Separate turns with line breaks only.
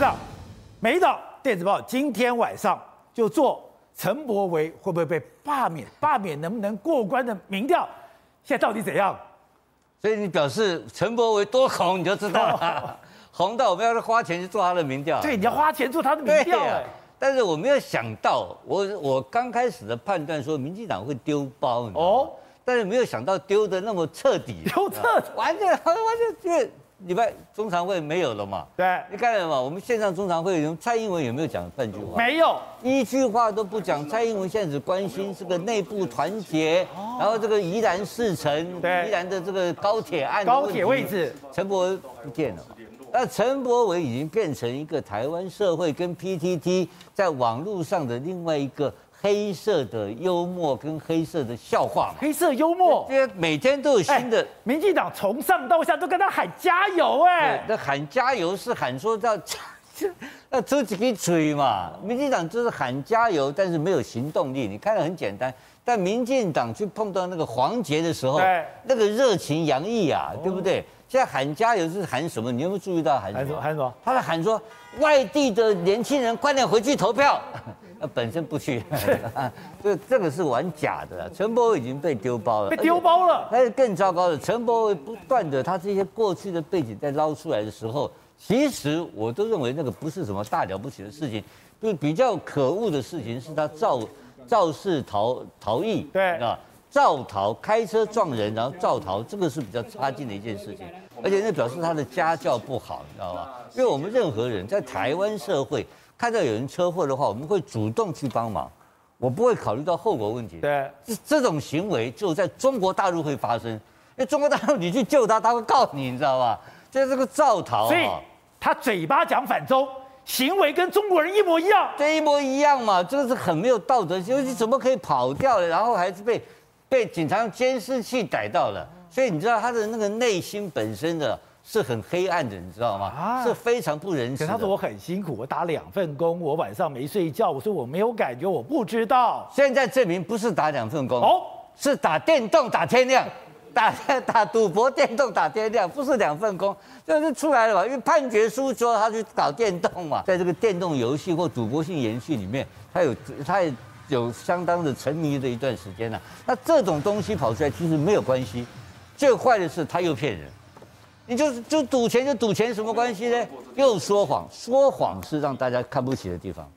长，美岛电子报今天晚上就做陈柏维会不会被罢免，罢免能不能过关的民调，现在到底怎样？
所以你表示陈柏维多红，你就知道 了，红到我们要花钱去做他的民调。
对，你要花钱做他的民
对
调、
呀
哎
但是我没有想到，我我刚开始的判断说民进党会丢包，你知道吗
哦，
但是没有想到丢的那么彻底，啊
丢彻底
完全完全因为礼拜中常会没有了嘛。
对
你看了嘛？我们线上中常会，蔡英文有没有讲半句话？
没有，
一句话都不讲。蔡英文现在只关心这个内部团结，然后这个宜兰市城、
对
宜兰的这个高铁案的
高
问题
铁位置，
陈柏惟不见了。那陈柏惟已经变成一个台湾社会跟 PTT 在网络上的另外一个黑色的幽默跟黑色的笑话嘛。
黑色幽默。
因为每天都有新的
哎，民进党从上到下都跟他喊加油、
对
哎，
那喊加油是喊说要要出几个嘴嘛。民进党就是喊加油，但是没有行动力。你看得很简单，但民进党去碰到那个黄杰的时候
对，
那个热情洋溢啊，对不对？现在喊加油是喊什么？你有没有注意到喊
喊什
什
么
么？
喊什么？
他在喊说：“外地的年轻人，快点回去投票。”那本身不去，这这个是玩假的啦。陈柏惟已经被丢包了，
被丢包了。
但是哎更糟糕的，陈柏惟不断的他这些过去的背景在捞出来的时候，其实我都认为那个不是什么大了不起的事情，就是比较可恶的事情是他肇肇事逃逃逸，
对
啊，肇逃开车撞人，然后肇逃，这个是比较差劲的一件事情，而且那表示他的家教不好，你知道吧？因为我们任何人在台湾社会看到有人车祸的话，我们会主动去帮忙。我不会考虑到后果问题，
对
这这种行为只有在中国大陆会发生，因为中国大陆你去救他，他会告你，你知道吧？这是个造逃、
所以
啊，
他嘴巴讲反中，行为跟中国人一模一样。
这一模一样嘛，这个是很没有道德
嗯
心，你怎么可以跑掉了，然后还是被被警察用监视器逮到了？所以你知道他的那个内心本身的是很黑暗的，你知道吗？
啊
是非常不仁
可
慈
是
的。
他说我很辛苦，我打两份工，我晚上没睡觉。我说我没有感觉，我不知道。
现在证明不是打两份工，
哦
是打电动打天亮，打 打赌博电动打天亮，不是两份工，就是出来了嘛。因为判决书说他去搞电动嘛，在这个电动游戏或赌博性延续里面，他有他也有相当的沉迷的一段时间了、那这种东西跑出来其实没有关系，最坏的是他又骗人。你就就赌钱就赌钱，什么关系呢？又说谎，说谎是让大家看不起的地方。